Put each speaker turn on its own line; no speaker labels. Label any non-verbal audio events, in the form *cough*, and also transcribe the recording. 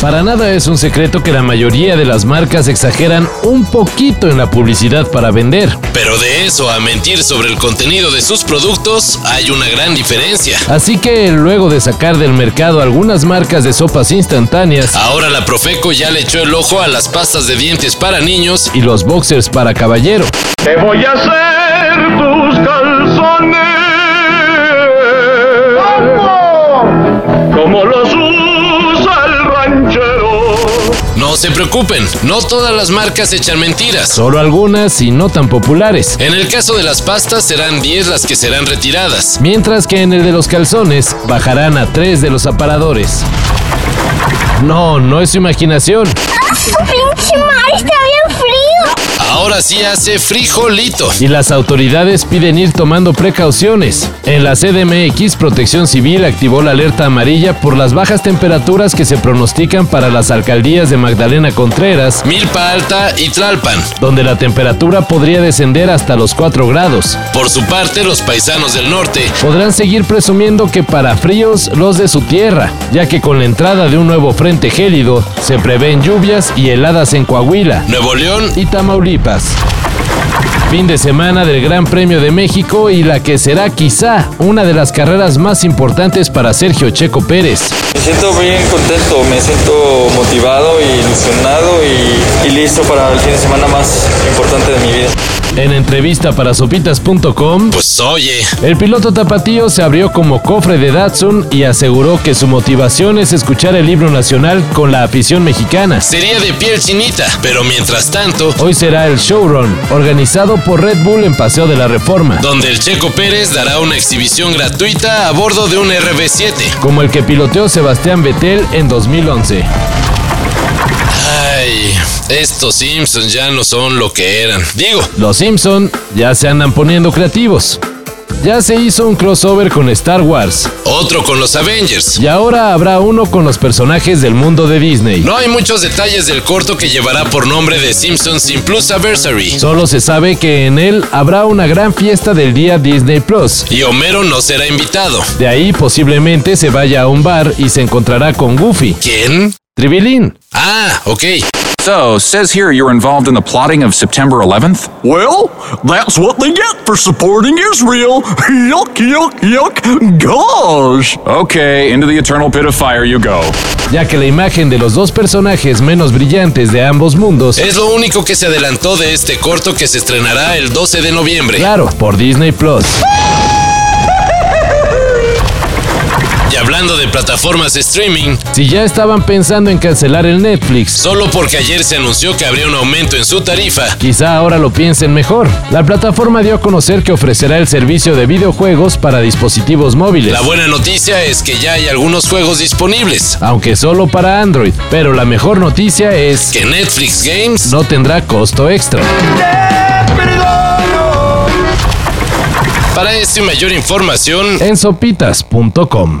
Para nada es un secreto que la mayoría de las marcas exageran un poquito en la publicidad para vender. Pero de eso a mentir sobre el contenido de sus productos hay una gran diferencia. Así que luego de sacar del mercado algunas marcas de sopas instantáneas, ahora la Profeco ya le echó el ojo a las pastas de dientes para niños y los boxers para caballero.
Te voy a hacer tus calzones. Como los usa el ranchero.
No se preocupen, no todas las marcas echan mentiras, solo algunas y no tan populares. En el caso de las pastas serán 10 las que serán retiradas, mientras que en el de los calzones bajarán a 3 de los aparadores. No, no es su imaginación.
pinche mar está bien frío.
Ahora sí hace frijolito. Y las autoridades piden ir tomando precauciones. En la CDMX, Protección Civil activó la alerta amarilla por las bajas temperaturas que se pronostican para las alcaldías de Magdalena Contreras, Milpa Alta y Tlalpan, donde la temperatura podría descender hasta los 4 grados. Por su parte, los paisanos del norte podrán seguir presumiendo que para fríos los de su tierra, ya que con la entrada de un nuevo frente gélido se prevén lluvias y heladas en Coahuila, Nuevo León y Tamaulipas. Fin de semana del Gran Premio de México y la que será quizá una de las carreras más importantes para Sergio Checo Pérez.
Me siento bien contento, me siento motivado y ilusionado y, y listo para el fin de semana más importante de mi vida.
En entrevista para sopitas.com, pues oye, el piloto tapatío se abrió como cofre de Datsun y aseguró que su motivación es escuchar el libro nacional con la afición mexicana. Sería de piel chinita, pero mientras tanto, hoy será el showrun organizado por Red Bull en Paseo de la Reforma, donde el Checo Pérez dará una exhibición gratuita a bordo de un RB7, como el que piloteó Sebastián Vettel en 2011. Ay, estos Simpsons ya no son lo que eran. Digo, los Simpson ya se andan poniendo creativos. Ya se hizo un crossover con Star Wars. Otro con los Avengers. Y ahora habrá uno con los personajes del mundo de Disney. No hay muchos detalles del corto que llevará por nombre de Simpsons Sin Plus Anniversary. Solo se sabe que en él habrá una gran fiesta del día Disney Plus. Y Homero no será invitado. De ahí posiblemente se vaya a un bar y se encontrará con Goofy. ¿Quién? Tribilín. Ah, ok.
So, says here you're involved in the plotting of September 11th?
Well, that's what they get for supporting Israel. *laughs* Yuck, yuck, yuck. Gosh.
Okay, into the eternal pit of fire you go.
ya que la imagen de los dos personajes menos brillantes de ambos mundos es lo único que se adelantó de este corto que se estrenará el 12 de noviembre. Claro, por Disney Plus. Y hablando de plataformas de streaming, si ya estaban pensando en cancelar el Netflix, solo porque ayer se anunció que habría un aumento en su tarifa, quizá ahora lo piensen mejor. La plataforma dio a conocer que ofrecerá el servicio de videojuegos para dispositivos móviles. La buena noticia es que ya hay algunos juegos disponibles, aunque solo para Android, pero la mejor noticia es que Netflix Games no tendrá costo extra. Para esto y mayor información en sopitas.com.